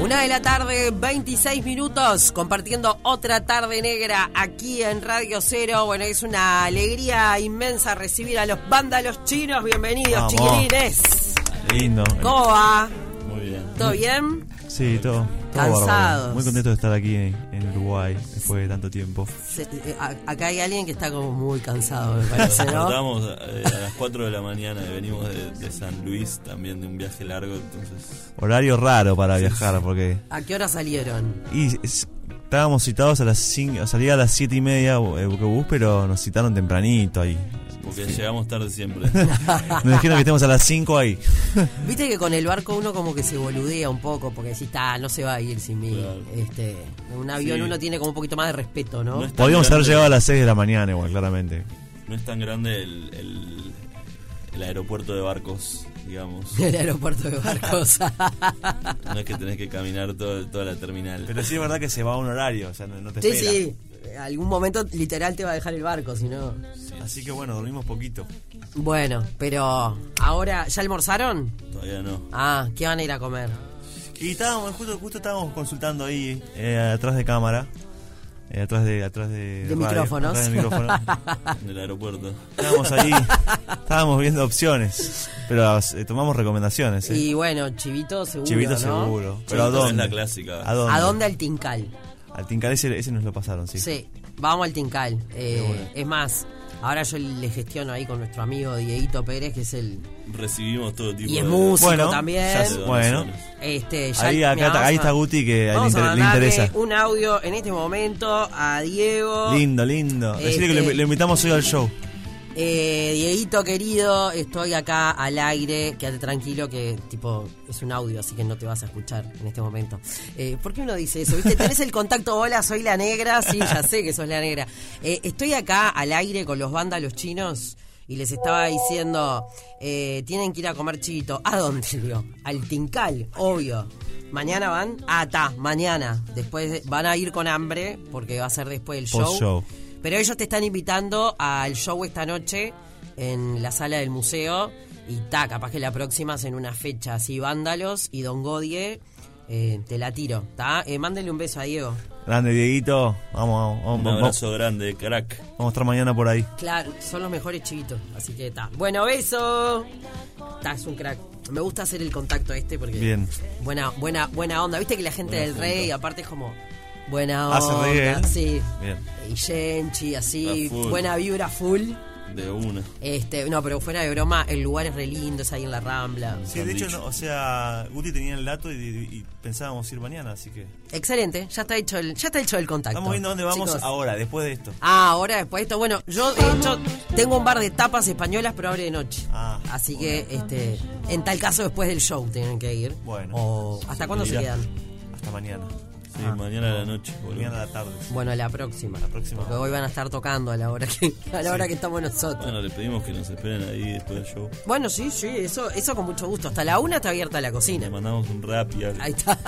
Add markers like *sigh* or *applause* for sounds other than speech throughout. Una de la tarde, 26 minutos, compartiendo otra tarde negra aquí en Radio Cero. Bueno, es una alegría inmensa recibir a los vándalos chinos. Bienvenidos, Vamos. chiquilines. Lindo. ¿Cómo va? Muy bien. ¿Todo bien? Sí, todo. todo Cansados. bárbaro. Muy contento de estar aquí en, en Uruguay después de tanto tiempo. Se- eh, a- acá hay alguien que está como muy cansado, me parece, Nos ¿no? despertamos eh, a las 4 de la mañana y venimos de, de San Luis también de un viaje largo, entonces Horario raro para viajar porque... ¿A qué hora salieron? Y es- estábamos citados a las 5... Salía a las 7 y media eh, Buquebus, pero nos citaron *laughs* tempranito ahí. porque llegamos tarde siempre. Nos dijeron que estemos a las 5 ahí. Viste que con el barco uno como que se boludea un poco, porque decís, está, no se va a ir sin mí. Este, en un avión Sí. uno tiene como un poquito más de respeto, ¿no? No es tan Podríamos haber grande- llegado a las 6 de la mañana igual, claramente. No es tan grande el, el, el aeropuerto de barcos, *laughs* digamos. El aeropuerto de barcos. No es que tenés que caminar todo, toda la terminal. sí es verdad que se va a un horario, o sea, no, te sí, sí. eh, Algún momento literal te va a dejar el barco, si no. Así que bueno, dormimos poquito. Bueno, pero ahora, ¿ya almorzaron? Todavía no. Ah, ¿qué van a ir a comer? Y estábamos, justo, justo estábamos consultando ahí, eh, atrás de cámara, eh, atrás de... Atrás De de, radio, micrófonos. atrás de micrófono. En el aeropuerto. estábamos ahí, estábamos viendo opciones, pero eh, tomamos recomendaciones. eh. Y bueno, chivito seguro. Chivito ¿no? seguro. Chivito Pero ¿a es dónde? la clásica. ¿A dónde? ¿A dónde al Tincal? Al Tincal ese, ese nos lo pasaron, sí. Sí. vamos al Tincal. Eh, es más, ahora yo le gestiono ahí con nuestro amigo Dieguito Pérez, que es el. Recibimos todo tipo Y es de- músico Bueno, también. ya se- bueno. Este, ya Ahí, mira, acá, vamos ahí a- está Guti que a él Vamos inter- a le mandarle interesa. un audio en este momento a Diego. Lindo, lindo. Decirle que Este- lo, invi- lo invitamos hoy al show. Eh, Dieguito querido, estoy acá al aire, quédate tranquilo que tipo es un audio, así que no te vas a escuchar en este momento. Eh, ¿Por qué uno dice eso? ¿Viste? Tenés el contacto, hola, soy la negra, sí, ya sé que sos la negra. Eh, estoy acá al aire con los vándalos chinos y les estaba diciendo, eh, tienen que ir a comer chivito. ¿A dónde? Digo, al Tincal, obvio. ¿Mañana van? Ah, ta, mañana. Después de- van a ir con hambre porque va a ser después del Post show. show. Pero ellos te están invitando al show esta noche en la sala del museo. Y ta, capaz que la próxima hacen una fecha así, Vándalos y Don Godie. eh, te la tiro, ¿tá? Eh, mándenle un beso a Diego. Grande, Dieguito. Vamos, vamos, Un vamos, vamos, abrazo grande, crack. a estar mañana por ahí. Claro, son los mejores chiquitos, así que ta. Bueno, beso. Ta, es un crack. Me gusta hacer el contacto este porque. Bien. Buena, buena, buena onda. Viste que la gente del rey, aparte es como. Buena Hace onda. reggae. Sí. Bien. Y Genchi, así. A full. Buena vibra full. De una. Este, no, pero fuera de broma, el lugar es re lindo, es ahí en la Rambla. Sí, de hecho, o sea, Guti tenía el dato y, pensábamos ir mañana, así que... Excelente, ya está hecho el, ya está hecho el contacto. Estamos viendo dónde vamos Chicos. ahora, Ah. después de esto. Ah, ahora después de esto, bueno, yo de hecho tengo un bar de tapas españolas, pero abre de noche. Ah, Así que, este, en tal caso después del show tienen que ir. Bueno. O, ¿hasta cuándo se Mirá. quedan? Hasta mañana. Sí, mañana a la noche, boludo. Ah. Mañana a la tarde. Bueno, la próxima. La próxima. Porque hoy van a estar tocando a la hora que, a la hora que estamos nosotros. Bueno. Bueno, le pedimos que nos esperen ahí después del show. sí, sí, eso, eso con mucho gusto. Hasta la una está abierta la Le cocina. mandamos un rap y algo. Ahí *laughs* está.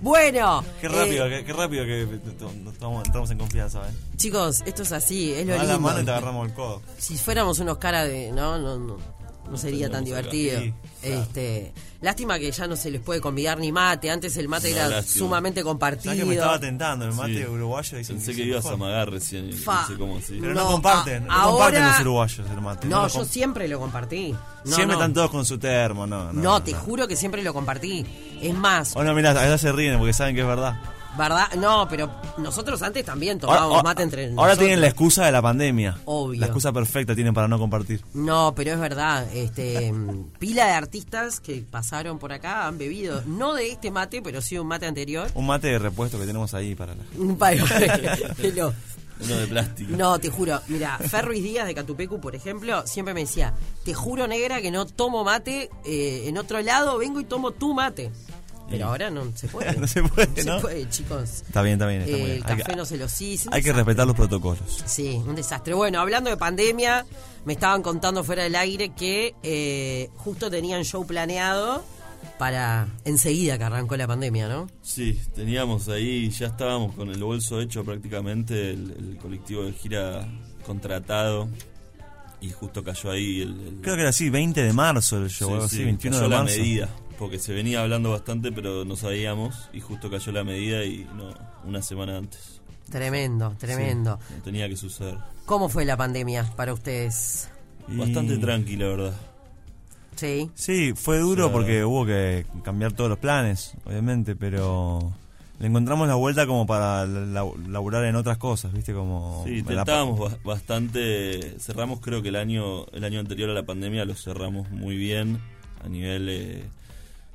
Bueno. Qué eh, rápido, qué, qué rápido que t- t- nos tomamos- entramos en confianza, ¿eh? Chicos, esto es así, es lo Nos das lindo. la mano y te agarramos el codo. Si fuéramos unos cara de. No, no, no. No sería tan tendríamos divertido. acá. Este, lástima que ya no se les puede convidar ni mate. Antes el mate Una era lástima. sumamente compartido. ¿Sabes que me estaba tentando el mate Sí. uruguayo? Dicen Pensé es que el ibas a mejor. amagar recién. y Fa. No sé cómo así. Pero no, No, comparten, a- no comparten ahora- los uruguayos el mate. no, lo yo comp- siempre lo compartí. No, Siempre no. están todos con su termo, no. No, No, te juro que siempre lo compartí. Es más, Oh, no, mirá, acá se ríen porque saben que es verdad. ¿verdad? No, pero nosotros antes también Ahora, tomábamos ahora- mate entre nosotros. Ah, ahora tienen la excusa de la pandemia. Obvio. La excusa perfecta tienen para no compartir. No, pero es verdad, este *laughs* mm, pila de artistas que pasaron por acá han bebido, no de este mate, pero sí un mate anterior. Un mate de repuesto que tenemos ahí para la gente. Un palo. Pero, Uno de plástico. no, te juro, mira, Ferruiz Díaz de Catupecu, por ejemplo, siempre me decía, te juro negra que no tomo mate, eh, en otro lado vengo y tomo tu mate. Pero ahora no se puede. *laughs* *laughs* No se puede, ¿no? se puede, chicos. Está bien, está bien, está Eh, muy bien. El Hay que- café no se los hizo. Hay que respetar los protocolos. Sí, un desastre. Bueno, hablando de pandemia, me estaban contando fuera del aire que eh, justo tenían show planeado para enseguida que arrancó la pandemia, ¿no? Sí, teníamos ahí, ya estábamos con el bolso hecho prácticamente, el, el colectivo de gira contratado. Y justo cayó ahí el. el- Creo que era así, 20 de marzo el show, Sí, algo así, sí, 21 cayó de la marzo. medida. porque se venía hablando bastante, pero no sabíamos y justo cayó la medida y no, una semana antes. Tremendo, tremendo. Sí, no tenía que suceder. ¿Cómo fue la pandemia para ustedes? Bastante tranqui, la verdad. Sí. Sí, fue duro Claro. porque hubo que cambiar todos los planes, obviamente, pero le encontramos la vuelta como para la- laburar en otras cosas, ¿viste? Como Sí, la- intentábamos ba- bastante. Cerramos, creo que el año, el año anterior a la pandemia lo cerramos muy bien. A nivel, eh,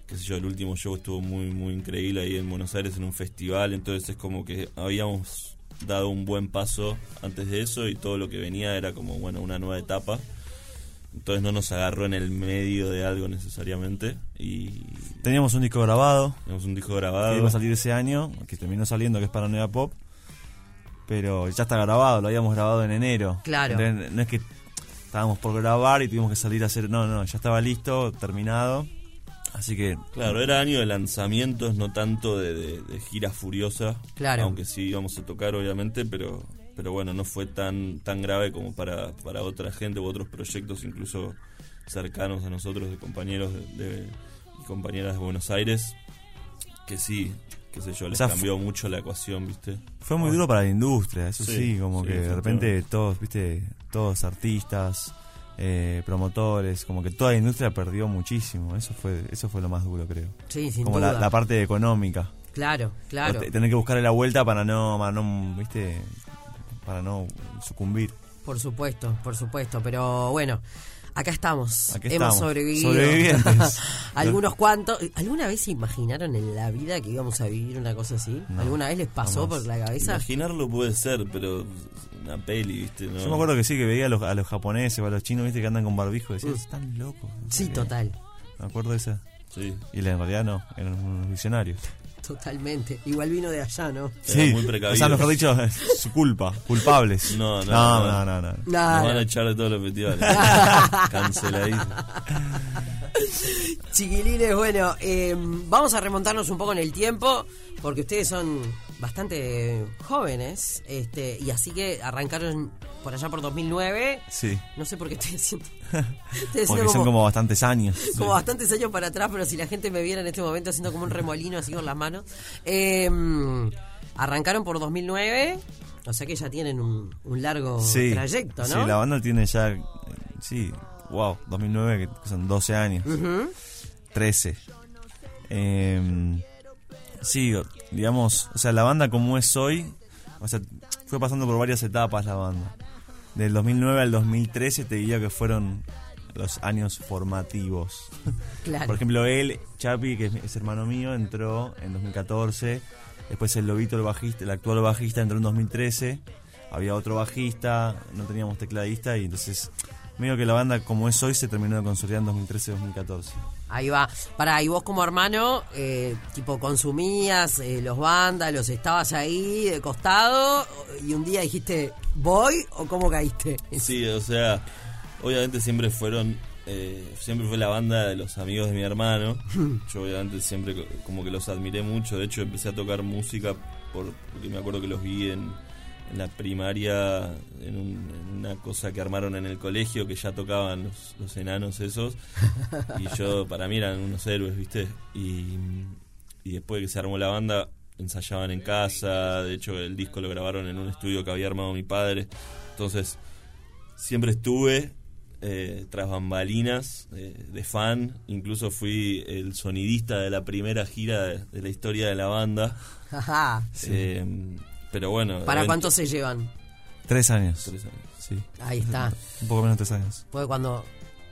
qué sé yo, el último show estuvo muy, muy increíble ahí en Buenos Aires en un festival. Entonces es como que habíamos dado un buen paso antes de eso y todo lo que venía era como, bueno, una nueva etapa. Entonces no nos agarró en el medio de algo necesariamente. Y Teníamos un disco grabado tenemos un disco que iba grabado. a salir ese año, que terminó saliendo, que es para Nueva Pop, pero ya está grabado, lo habíamos grabado en enero. Claro. Entonces, no es que estábamos por grabar y tuvimos que salir a hacer. No, no, ya estaba listo, terminado. Así que Claro, era año de lanzamientos, no tanto de, de, de gira furiosa. Claro. Aunque sí íbamos a tocar, obviamente, pero pero bueno, no fue tan tan grave como para, para otra gente u otros proyectos, incluso cercanos a nosotros, de compañeros de, de- y compañeras de Buenos Aires, que sí, qué sé yo, les O sea, cambió mucho la ecuación, ¿viste? Fue muy duro para la industria, eso sí, Sí, como sí, que de repente todos, viste, todos artistas, eh, promotores, como que toda la industria perdió muchísimo, eso fue eso fue lo más duro, creo. Sí, sin como duda. La, la parte económica. Claro, claro. Te- Este, Tener que buscarle la vuelta para no, para no, viste, para no sucumbir. Por supuesto, por supuesto. Pero bueno, acá estamos. Aquí Hemos estamos, sobrevivido. sobrevivientes. *laughs* Algunos cuantos. ¿Alguna vez se imaginaron en la vida que íbamos a vivir una cosa así? No, ¿Alguna vez les pasó jamás. por la cabeza? Imaginarlo puede ser, pero una peli, ¿viste? No, Yo me acuerdo que sí, que veía a los, a los japoneses o a los chinos, viste, que andan con barbijo, y decías, están locos. Sí, total. Me acuerdo de esa. Sí, Y la- en realidad no, eran unos visionarios. Totalmente. Igual vino de allá, ¿no? Eran muy precavidos. O sea, mejor dicho, es *laughs* su culpa, culpables. No, no, no, no. no, no. no. Nos van Nada. a echar de todos los festivales. Canceladísimo. Chiquilines, bueno, eh, vamos a remontarnos un poco en el tiempo, porque ustedes son bastante jóvenes, este, y así que arrancaron por allá por 2009. Sí. No sé por qué estoy *laughs* haciendo, estoy haciendo Porque son como bastantes años. *laughs* como bastantes años para atrás, pero si la gente me viera en este momento haciendo como un remolino así con las manos. Eh, arrancaron por 2009, o sea que ya tienen un, un largo Sí. trayecto, ¿no? Sí, la banda tiene ya. eh, Sí, wow, 2009, que son 12 años. Ujú. 13. Eh, sí, o- digamos, o sea, la banda como es hoy, o sea, fue pasando por varias etapas la banda. Del 2009 al 2013 te diría que fueron los años formativos. Claro. Por ejemplo, él, Chapi, que es, es hermano mío, entró en 2014. Después el Lobito, el bajista, el actual bajista, entró en 2013. Había otro bajista, no teníamos tecladista y entonces medio que la banda como es hoy se terminó de consolidar en 2013-2014. Ahí va. Para, y vos como hermano, eh, tipo, consumías eh, los vándalos, estabas ahí de costado y un día dijiste, ¿voy o cómo caíste? *laughs* Sí, o sea, obviamente siempre fueron, eh, siempre fue la banda de los amigos de mi hermano. Yo obviamente siempre co- como que los admiré mucho. De hecho, empecé a tocar música por, porque me acuerdo que los vi en, en la primaria, en, un- en una cosa que armaron en el colegio, que ya tocaban los, los enanos esos. Y yo, para mí eran unos héroes, ¿viste? Y, y después de que se armó la banda, ensayaban en casa. De hecho, el disco lo grabaron en un estudio que había armado mi padre. Entonces, siempre estuve eh, tras bambalinas eh, de fan. Incluso fui el sonidista de la primera gira de, de la historia de la banda. Ajá. Eh, pero bueno. ¿Para evento- cuánto se llevan? Tres años. Tres años. Sí, Ahí está. un poco menos de tres años. Porque cuando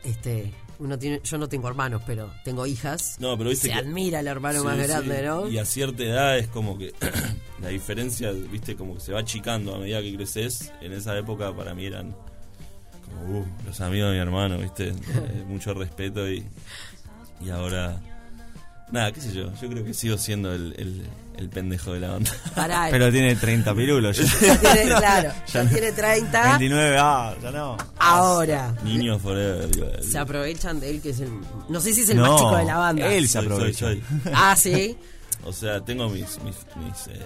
este uno tiene, yo no tengo hermanos, pero tengo hijas. No, pero viste se que- admira el hermano más Sí, grande, sí. ¿no? Y a cierta edad es como que *clears throat* la diferencia, viste, como que se va achicando a medida que creces. En esa época para mí eran como uh, los amigos de mi hermano, *laughs* viste, Eh, mucho respeto y, y ahora... Nada, qué sé yo, yo creo que sigo siendo el, el- el pendejo de la banda. *laughs* Pará, *laughs* Pero tiene 30 pirulos. *laughs* ya. ya tiene, claro, ya tiene 30. 29, ah, ya no. Ahora. Niño forever. igual. Se aprovechan de él, que es el. No sé si es el No, más chico de la banda. Él se Soy, soy, aprovecha. soy. *laughs* Ah, sí. O sea, tengo mis, mis, mis eh,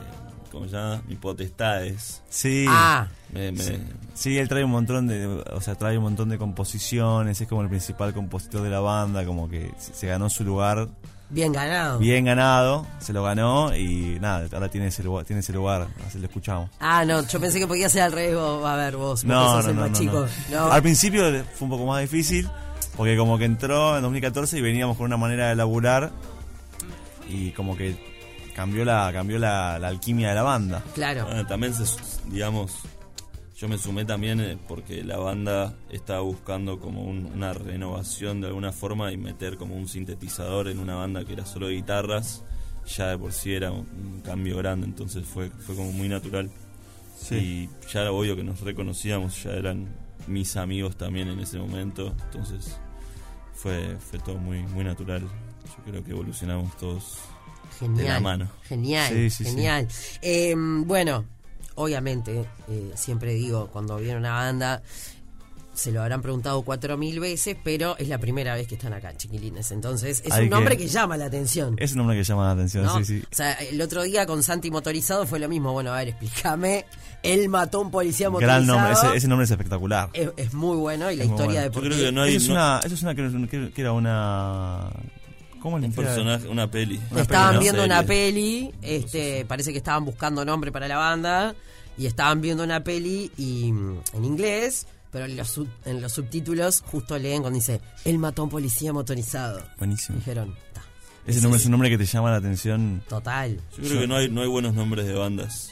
¿cómo se llama? Mis potestades. Sí. Ah, Me- me- Sí, él trae un montón de, o sea, trae un montón de composiciones, es como el principal compositor de la banda, como que se se ganó su lugar Bien ganado. Bien ganado, se lo ganó y nada, ahora tiene ese lugar, tiene ese lugar así lo escuchamos. Ah, no, yo pensé que podía ser al revés, vos- a ver, vos, porque sos el más chico. No. Al principio fue un poco más difícil, porque como que entró en 2014 y veníamos con una manera de laburar y como que cambió la cambió la, la alquimia de la banda. Claro, Bueno, también, se- digamos, yo me sumé también eh, porque la banda estaba buscando como un- una renovación de alguna forma y meter como un sintetizador en una banda que era solo de guitarras, ya de por sí era un, un cambio grande, entonces fue, fue como muy natural. Y ya era obvio que nos reconocíamos, ya eran mis amigos también en ese momento, entonces fue, fue todo muy, muy natural. Yo creo que evolucionamos todos genial. de la mano. Genial, Sí, sí, sí. genial. Eh, bueno, obviamente, eh, siempre digo, cuando viene una banda, se lo habrán preguntado cuatro mil veces, pero es la primera vez que están acá, chiquilines. Entonces, es Hay un nombre que- que llama la atención. Es un nombre que llama la atención, ¿no? sí, sí. O sea, el otro día con Santi Motorizado fue lo mismo. Bueno, a ver, explícame. Él mató a un policía motorizado. Gran nombre, ese, ese nombre es espectacular. Es, es muy bueno y la Es muy historia bueno. de Yo por creo qué- que no hay- eso, es una, eso es una que- que, que era una ¿Cómo es la Un historia? personaje, una peli. Una estaban peli, ¿no? viendo Serie. una peli, este, parece que estaban buscando nombre para la banda y estaban viendo una peli y mm, en inglés, pero en los, sub- en los subtítulos justo leen cuando dice él mató a un policía motorizado. Buenísimo. Dijeron, "Ta, Ese nombre es un nombre que te llama la atención. total. Yo creo que no hay, no hay buenos nombres de bandas.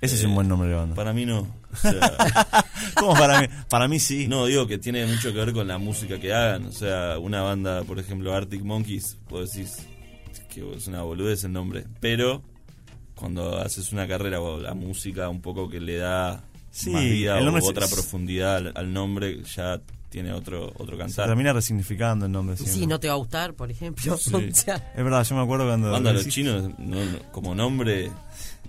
Ese es Eh, un buen nombre de banda. Para mí no. O *laughs* sea, ¿Cómo para mí? Para mí sí. *laughs* no, digo que tiene mucho que ver con la música que hagan. O sea, una banda, por ejemplo, Arctic Monkeys, vos decís que es una boludez el nombre. Pero cuando haces una carrera o la música un poco que le da Sí, más vida el o nombre es- otra es- profundidad al, al nombre, ya tiene otro, otro Se cantar. termina resignificando el nombre. Y siempre. sí, no te va a gustar, por ejemplo. Sí. *laughs* O sea, Es verdad, yo me acuerdo cuando. Banda de los sí, chinos, no- no- como nombre,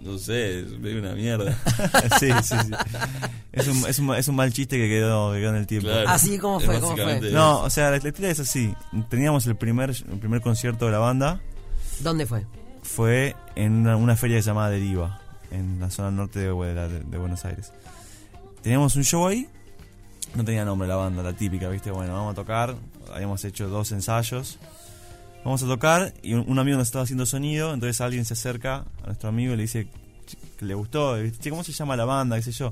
no sé, es medio una mierda. *laughs* sí, sí. sí. Es, un, es, un, es un mal chiste que quedó, que quedó en el tiempo. Claro. Así, ¿cómo fue? ¿Cómo fue? Básicamente No, o sea, la, la historia es así. Teníamos el primer, el primer concierto de la banda, ¿dónde fue? fue en una, una feria llamada Deriva, en la zona norte de, Bu- de la- de Buenos Aires. Teníamos un show ahí, no tenía nombre la banda, la típica, ¿viste? Bueno, vamos a tocar, habíamos hecho dos ensayos. Vamos a tocar y un, un amigo nos estaba haciendo sonido, entonces alguien se acerca a nuestro amigo y le dice "Che, que le gustó, ¿viste? "Che, ¿cómo se llama la banda? ¿Qué sé yo?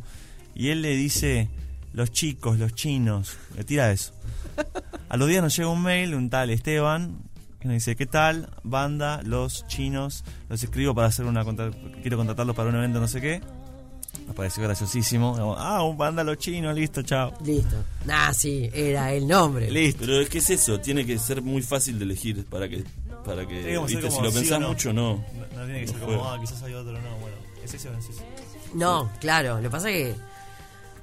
Y él le dice, los chicos, los chinos, le tira eso. A los días nos llega un mail de un tal Esteban que nos dice, ¿qué tal? Banda, los chinos, los escribo para hacer una... contra- Quiero contratarlos para un evento, no sé qué. Nos pareció graciosísimo. Digamos, ah, un banda, los chinos, listo, chao. Listo. Ah, sí, era el nombre. Listo. Eh, Pero es que es eso, tiene que ser muy fácil de elegir para que, para que Digamos, viste, ser si como lo sí o pensás no. mucho no. No, no tiene que ser No como, juega. ah, quizás hay otro, no, bueno. Es ese o no es ese. No, claro, lo que pasa es que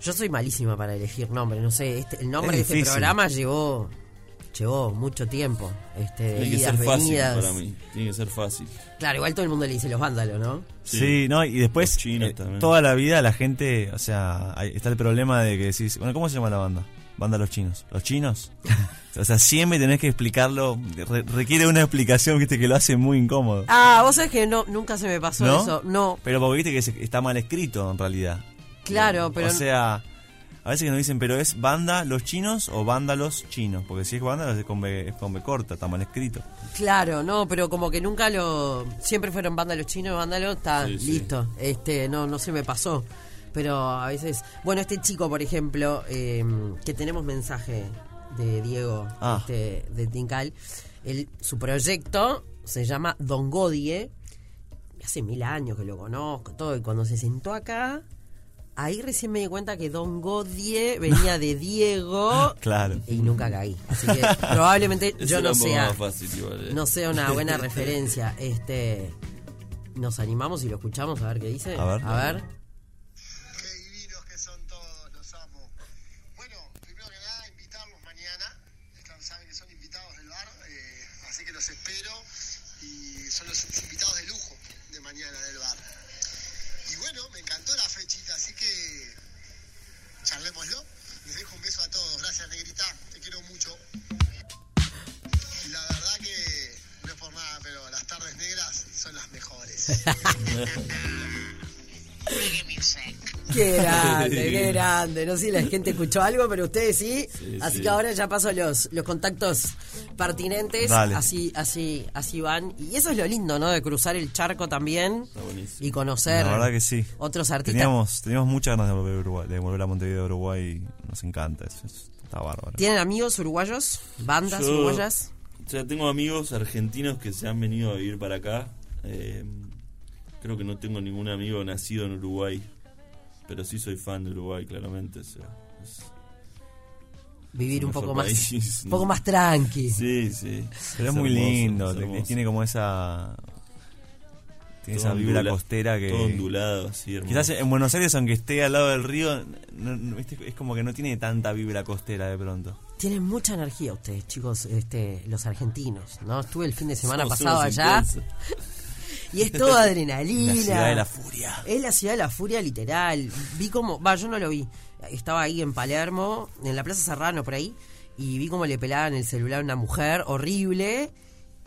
yo soy malísima para elegir nombres, no sé, este- el nombre Es de este difícil. programa llevó llevó mucho tiempo, este, de Tiene que idas, ser fácil venidas. para mí, tiene que ser fácil. Claro, igual todo el mundo le dice los vándalos, ¿no? Sí, Sí, no, y después los chinos eh, también. toda la vida la gente, o sea, hay- está el problema de que decís, bueno, ¿cómo se llama la banda? Banda Los Chinos. ¿Los *laughs* chinos? o sea, siempre tenés que explicarlo, re- requiere una explicación, viste, que lo hace muy incómodo. Ah, vos sabés que no, nunca se me pasó ¿No? eso. No, Pero porque viste que se- está mal escrito en realidad. claro, pero o sea, a veces que nos dicen, pero es banda Los Chinos o banda Los Chinos, porque si es banda es con B, es con B corta, está mal escrito. claro, no, pero como que nunca lo siempre fueron vándalos chinos, vándalos, está Sí, sí. listo. Este, no no se me pasó. Pero a veces, bueno, este chico, por ejemplo, eh, que tenemos mensaje de Diego Ah. este, de, de Tincal. Él- su proyecto se llama Don Godie. Hace mil años que lo conozco, todo. Y cuando se sentó acá, ahí recién me di cuenta que Don Godie venía de Diego. Ah, Claro. Y nunca caí. Así que probablemente *laughs* Eso yo era no un poco sea, más fácil igual, eh. no sea una *laughs* buena referencia. Este, Nos animamos y lo escuchamos a ver qué dice. A ver. Qué divinos que son todos, los amo. Bueno, primero que nada, invitarlos mañana. Están- saben que son invitados del bar, eh, así que los espero. Y son los invitados de lujo de mañana del bar. Y bueno, me encantó la fechita, así que charlémoslo. Les dejo un beso a todos. Gracias, Negrita. Te quiero mucho. Y la verdad que no es por nada, pero las tardes negras son las mejores. Reggae music. Qué *laughs* grande, qué grande. No sé si la gente escuchó algo, pero ustedes sí. Sí, así sí. que ahora ya paso los, los contactos pertinentes. Dale. Así, así, así van. Y eso es lo lindo, ¿no? De cruzar el charco también Está buenísimo. y conocer La verdad que sí. otros artistas. Teníamos, teníamos muchas ganas de volver a Uruguay, de volver a Montevideo, Uruguay. Nos encanta, es- es- está bárbaro. ¿Tienen amigos uruguayos? ¿Bandas Yo- uruguayas? O sea, tengo amigos argentinos que se han venido a vivir para acá. Eh, creo que no tengo ningún amigo nacido en Uruguay. Pero sí soy fan de Uruguay, claramente. o sea, es- Vivir es un mejor poco más, país, un ¿no? poco más tranqui. Sí, sí. Pero es, muy hermoso, lindo, es te- hermoso. tiene como esa. Tiene Todo esa vibra ondula- costera que. Todo ondulado, así, hermoso. Quizás en Buenos Aires, aunque esté al lado del río, no- no- ¿viste? es como que no tiene tanta vibra costera de pronto. Tienen mucha energía ustedes, chicos, este, los argentinos, ¿no? Estuve el fin de semana Somos pasado unos allá intensos. y es todo adrenalina. *laughs* La ciudad de la furia. Es la ciudad de la furia literal. Vi como, va, yo no lo vi. Estaba ahí en Palermo, en la Plaza Serrano por ahí, y vi como le pelaban el celular a una mujer horrible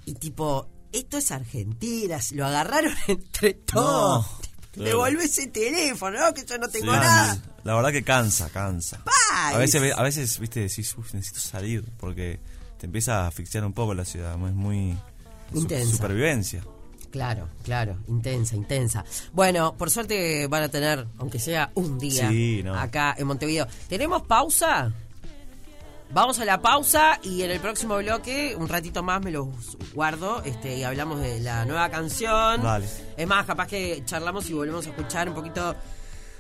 y tipo, esto es Argentina, lo agarraron *laughs* entre todos. claro. Devolvé ese teléfono, ¿no? que yo no tengo Sí, nada. Cansa. La verdad que cansa, cansa. Pa, A veces, ve- a veces viste, decís, "Uf, necesito salir, porque te empieza a asfixiar un poco la ciudad. Es muy. su- Intensa. supervivencia. Claro, claro, intensa, intensa. Bueno, por suerte van a tener, aunque sea un día, Sí, no. acá en Montevideo. ¿Tenemos pausa? Vamos a la pausa y en el próximo bloque, un ratito más me los guardo este, y hablamos de la nueva canción. Vale. Es más, capaz que charlamos y volvemos a escuchar un poquito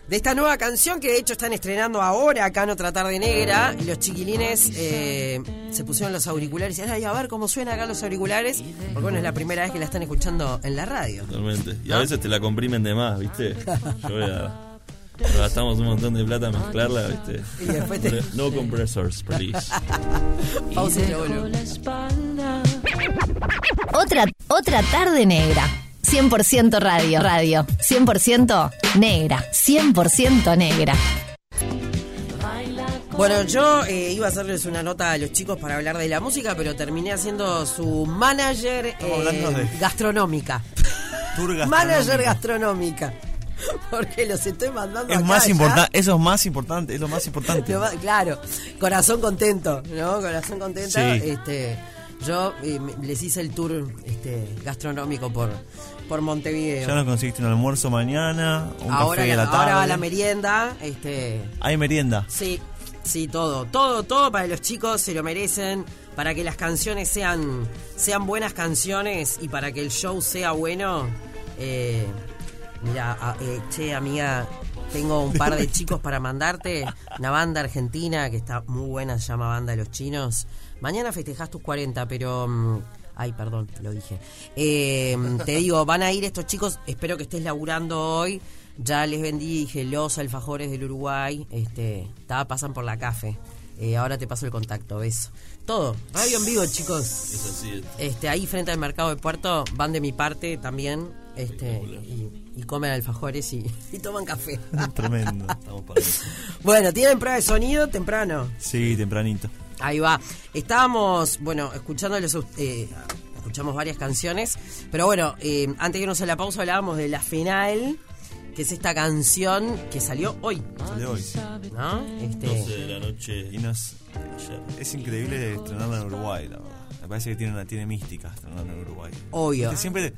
de esta nueva canción que de hecho están estrenando ahora acá en Otra Tarde Negra. Y los chiquilines eh, se pusieron los auriculares y ay, a ver cómo suena acá los auriculares. Porque bueno, es la primera vez que la están escuchando en la radio. Totalmente. Y a veces te la comprimen de más, ¿viste? Yo voy a- nos Gastamos un montón de plata en mezclarla, ¿viste? Y después te- No compressors, please. Pausa y lo vuelvo. Otra, otra tarde negra. 100% radio, radio. 100% negra. 100% negra. Bueno, yo eh, iba a hacerles una nota a los chicos para hablar de la música, pero terminé haciendo su manager Estamos eh, hablando de- *laughs* gastronómica. Tour Manager gastronómico. gastronómica. *laughs* Porque los estoy mandando Es acá, más ya. importante, eso es más importante, es lo *laughs* más importante. Lo más- Claro, corazón contento, ¿no? Corazón contento. Sí. Este, yo eh, me- les hice el tour este, gastronómico por, por Montevideo. Ya nos conseguiste un almuerzo mañana, un ahora café a la ahora tarde. va la merienda, este, Hay merienda. Sí, sí, todo, todo, todo para los chicos, se lo merecen, para que las canciones sean, sean buenas canciones y para que el show sea bueno. Eh, mira, a- eh, che, amiga, tengo un par de chicos para mandarte, una banda argentina que está muy buena, se llama Banda de los Chinos. Mañana festejas tus 40, pero... mm, Ay, perdón, lo dije. Eh, te digo, van a ir estos chicos, espero que estés laburando hoy. Ya les vendí, dije, los alfajores del Uruguay, este, ta, pasan por la CAFE. Eh, ahora te paso el contacto, beso. Todo, radio en vivo, chicos. Es así. Este, ahí frente al mercado de Puerto, van de mi parte también, este, y, y comen alfajores y, *laughs* y toman café. Tremendo. Estamos para eso. bueno, tienen prueba de sonido temprano. Sí, tempranito. Ahí va. Estábamos, bueno, escuchándoles. a ust- eh, escuchamos varias canciones. Pero bueno, eh, antes de irnos a la pausa hablábamos de la final, que es esta canción que salió hoy, Sale hoy. ¿no? Este, 12 de la noche. Y nos, es increíble estrenarlo en Uruguay, la verdad. Me parece que tiene, una, tiene mística estrenarlo en Uruguay. obvio. Porque Este Siempre,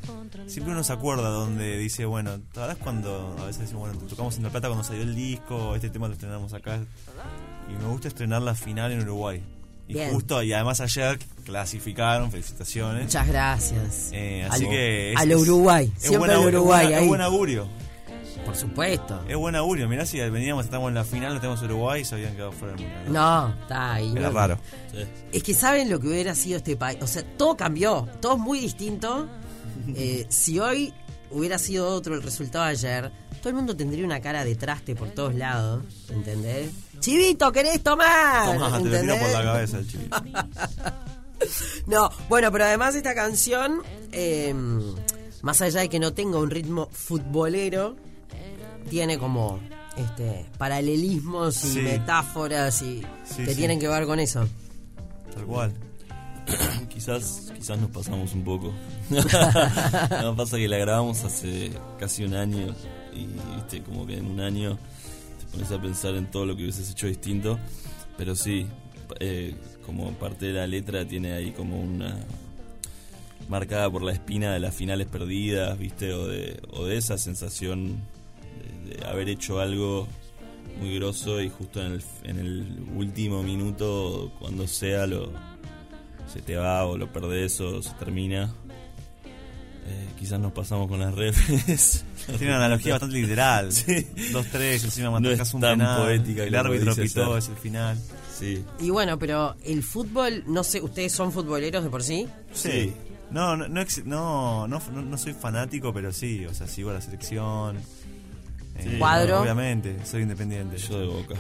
siempre uno se acuerda donde dice, bueno, ¿te acordás cuando a veces decimos, bueno, tocamos en La Plata cuando salió el disco, este tema lo estrenamos acá? Y me gusta estrenar la final en Uruguay. Y Bien. justo, y además ayer clasificaron, felicitaciones. Muchas gracias. Eh, así al, que. es- al Uruguay. es Siempre buena- al es Uruguay. buena- ahí. Es buen augurio. Por supuesto. Es buen augurio. Mirá, si veníamos, estamos en la final, no tenemos Uruguay y se habían quedado fuera del mundial. No, está ahí. Era no. raro. Sí. Es que saben lo que hubiera sido este país. O sea, todo cambió, todo es muy *laughs* distinto. Eh, si hoy hubiera sido otro el resultado de ayer, todo el mundo tendría una cara de traste por todos lados. ¿Entendés? Chivito, ¿querés tomar? Tomás, *laughs* te lo tiro por la ¿Entendés? cabeza el chiquito. No, bueno, pero además esta canción, eh, más allá de que no tenga un ritmo futbolero, tiene como este paralelismos y Sí. metáforas y Sí, que sí. tienen que ver con eso. Tal cual. Quizás, quizás nos pasamos *laughs* un poco. no pasa que la grabamos hace casi un año y viste como que en un año pones a pensar en todo lo que hubieses hecho distinto. Pero sí, eh, como parte de la letra tiene ahí como una marcada por la espina de las finales perdidas, ¿viste? O de, o de esa sensación de, de haber hecho algo muy grosso y justo en el, en el último minuto, cuando sea, lo se te va o lo perdés o se termina. Eh, quizás nos pasamos con las refes. Tiene una analogía bastante *laughs* literal. Sí. Dos, tres, encima No es matas un tan penal. poética El como árbitro dice pitó, ser. es el final. *laughs* Sí. Y bueno, pero el fútbol, no sé, ¿ustedes son futboleros de por sí? Sí. No, no, no, ex- no, no, no- no soy fanático, pero sí, o sea, sigo a la selección. Eh, Cuadro. Obviamente, soy independiente. Yo de boca.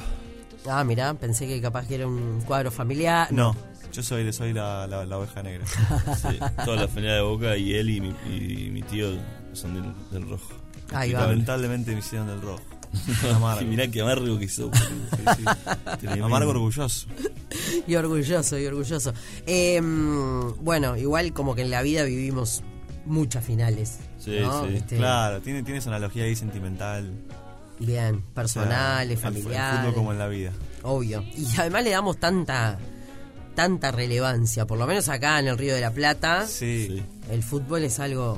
Ah, mirá, pensé que capaz que era un cuadro familiar. no, yo soy, soy la, la- la *laughs* oveja negra. Sí. Toda la final de boca y él y mi, y mi tío son del, del rojo. Ahí va. Lamentablemente me hicieron del *laughs* rojo. Amargo. Y mirá que amargo que sos. boludo. Sí, sí. Tremendo. Amargo orgulloso. *laughs* Y orgulloso, y orgulloso. Eh, bueno, igual como que en la vida vivimos muchas finales. Sí, ¿no? sí, Este, Claro, tiene, tiene esa analogía ahí sentimental. Bien, O sea, personales, el- El familiares. fútbol como en la vida. Obvio. Y además le damos tanta tanta relevancia, por lo menos acá en el Río de la Plata, Sí. Sí. el fútbol es algo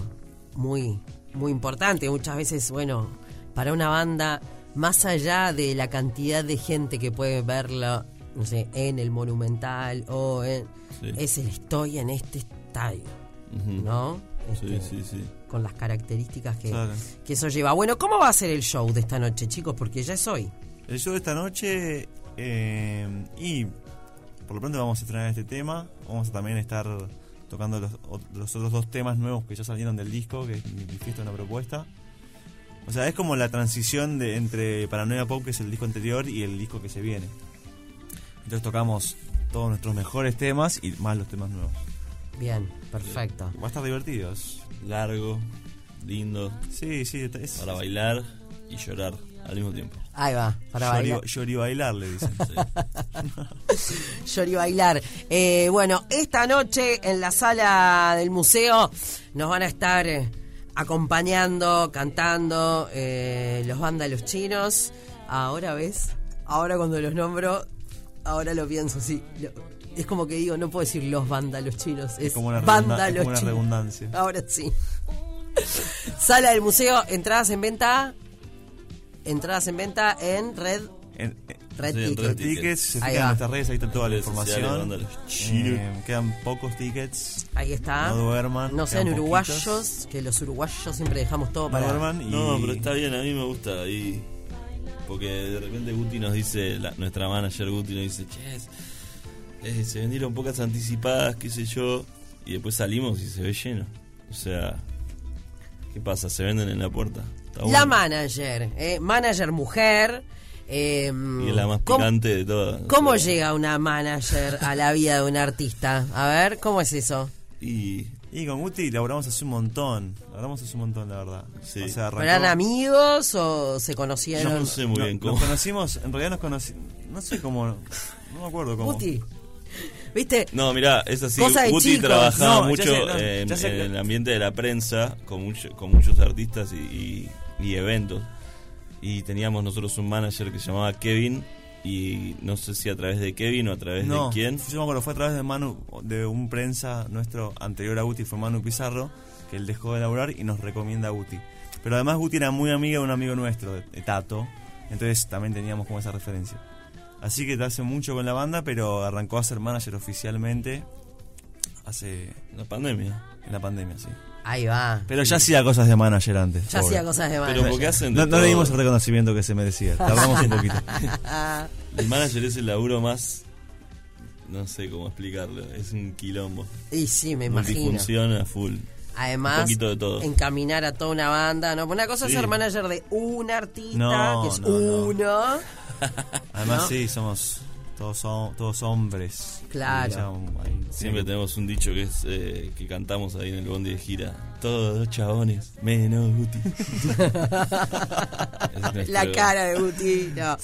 muy muy importante, muchas veces, bueno, para una banda más allá de la cantidad de gente que puede verla, no sé, en el Monumental o en Sí. es el estoy en este estadio, Ujú. ¿no? Sí, Este, sí, sí. Con las características que, Claro. que eso lleva. Bueno, ¿cómo va a ser el show de esta noche, chicos? Porque ya es hoy. El show de esta noche eh, y por lo pronto vamos a estrenar este tema. Vamos a también estar tocando los, ot- los otros dos temas nuevos que ya salieron del disco, que es mi, mi fiesta una propuesta. O sea, es como la transición de, entre Paranoia Pop, que es el disco anterior, y el disco que se viene. Entonces tocamos todos nuestros mejores temas y más los temas nuevos. Bien, perfecto. Va a estar divertido. es- Largo, lindo, Sí, sí, es, para bailar y llorar al mismo tiempo. Ahí va, para Llori- bailar. llori bailar, le dicen. *laughs* Llori bailar. Eh, bueno, esta noche en la sala del museo nos van a estar eh, acompañando, cantando eh, los vándalos chinos. Ahora ves, ahora cuando los nombro, ahora lo pienso, sí. Lo- es como que digo, no puedo decir los vándalos chinos, es, como una redunda- vándalos es como una chinos. redundancia. Ahora sí. *laughs* sala del museo, entradas en venta. Entradas en venta en red. En- Red Sí, en Red Ticket. Ticket. tickets, se Ahí fijan en va. nuestras redes, ahí está toda la Redes sociales, información. banda Los Chiros. Eh, quedan pocos tickets. Ahí está. No duerman, No sean quedan uruguayos, poquitos. que los uruguayos siempre dejamos todo No para. duerman y No, pero está bien, a mí me gusta ahí. Porque de repente Guti nos dice, la- nuestra manager Guti nos dice, che, es- eh, se vendieron pocas anticipadas, qué sé yo. Y después salimos y se ve lleno. O sea, ¿qué pasa? Se venden en la puerta. Está La bueno. manager, eh, manager mujer. eh, Y es la más ¿cómo- picante de todas. O ¿Cómo sea, llega una manager a la vida de un artista? A ver, ¿cómo es eso? Y Y con Guti laburamos hace un montón. Laburamos hace un montón, la verdad. Sí. O sea, arrancó- ¿Eran amigos o se yo conocieron? no sé muy no, bien cómo. Nos conocimos, en realidad nos conocimos. No sé cómo. No me acuerdo cómo. Guti, ¿Viste? No, mirá, es así. Cosa de Guti chicos. trabajaba No, ya mucho sé, no, en, ya sé en que- el ambiente de la prensa, con, mucho- con muchos artistas y, y- y eventos. Y teníamos nosotros un manager que se llamaba Kevin. Y no sé si a través de Kevin o a través No, de quién. Yo me acuerdo, fue a través de Manu, de un prensa nuestro anterior a Guti, fue Manu Pizarro, que él dejó de laburar y nos recomienda a Guti. Pero además Guti era muy amiga de un amigo nuestro, de de Tato, entonces también teníamos como esa referencia. Así que te hace mucho con la banda, pero arrancó a ser manager oficialmente hace La pandemia. en la pandemia, sí. Ahí va. Pero ya hacía cosas de manager antes. Ya pobre. hacía cosas de manager. Pero porque hacen. de No, no todo. le dimos el reconocimiento que se merecía. Tardamos un poquito. *laughs* El manager es el laburo más. No sé cómo explicarlo. Es un quilombo. Y sí, me imagino. Multifunciona full. Además, Un poquito de todo. encaminar a toda una banda, ¿no? Una cosa es Sí. ser manager de un artista, No, que es no, no. uno. Además, ¿No? sí, somos todos, hom- todos hombres. Claro. Y ya, um, ahí, Siempre sí. tenemos un dicho que es eh, que cantamos ahí en el bondi de gira. Todos dos chabones, menos Guti. Es La Este, nuestro- *laughs* cara de Guti. no.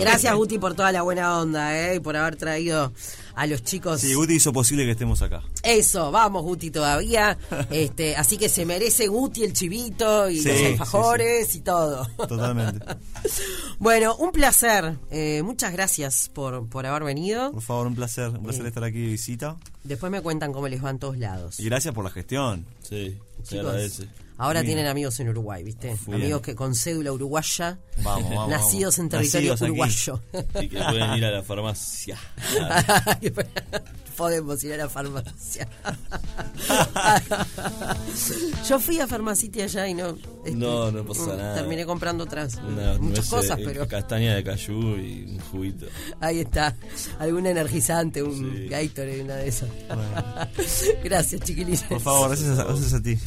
Gracias, Guti, por toda la buena onda, ¿eh? Y por haber traído a los chicos. Sí, Guti hizo posible que estemos acá. Eso, vamos Guti *laughs* todavía. este, así que se merece Guti el chivito y Sí, los sí, alfajores y todo. Totalmente. *laughs* bueno, un placer. Eh, muchas gracias por, por haber venido. Por favor, un placer. Un placer estar aquí de visita. Después me cuentan cómo les va en todos lados. Y gracias por la gestión. Sí, se Chicos, agradece. Ahora Bien. tienen amigos en Uruguay, ¿viste? Bien. Amigos que con cédula uruguaya, Vamos, vamos, nacidos vamos. en territorio Nacidos aquí. uruguayo. Y que pueden ir a la farmacia. *laughs* Podemos ir a la farmacia. *laughs* Yo fui a Farmacity allá y no. este, No, no pasa mm, nada. Terminé comprando otras mm, Una muchas nuez, cosas, eh, pero Castaña de cayú y un juguito. ahí está. Algún energizante, un Sí. Gatorade, una de esas. *laughs* Gracias, chiquilines. Por favor, gracias a, gracias a ti.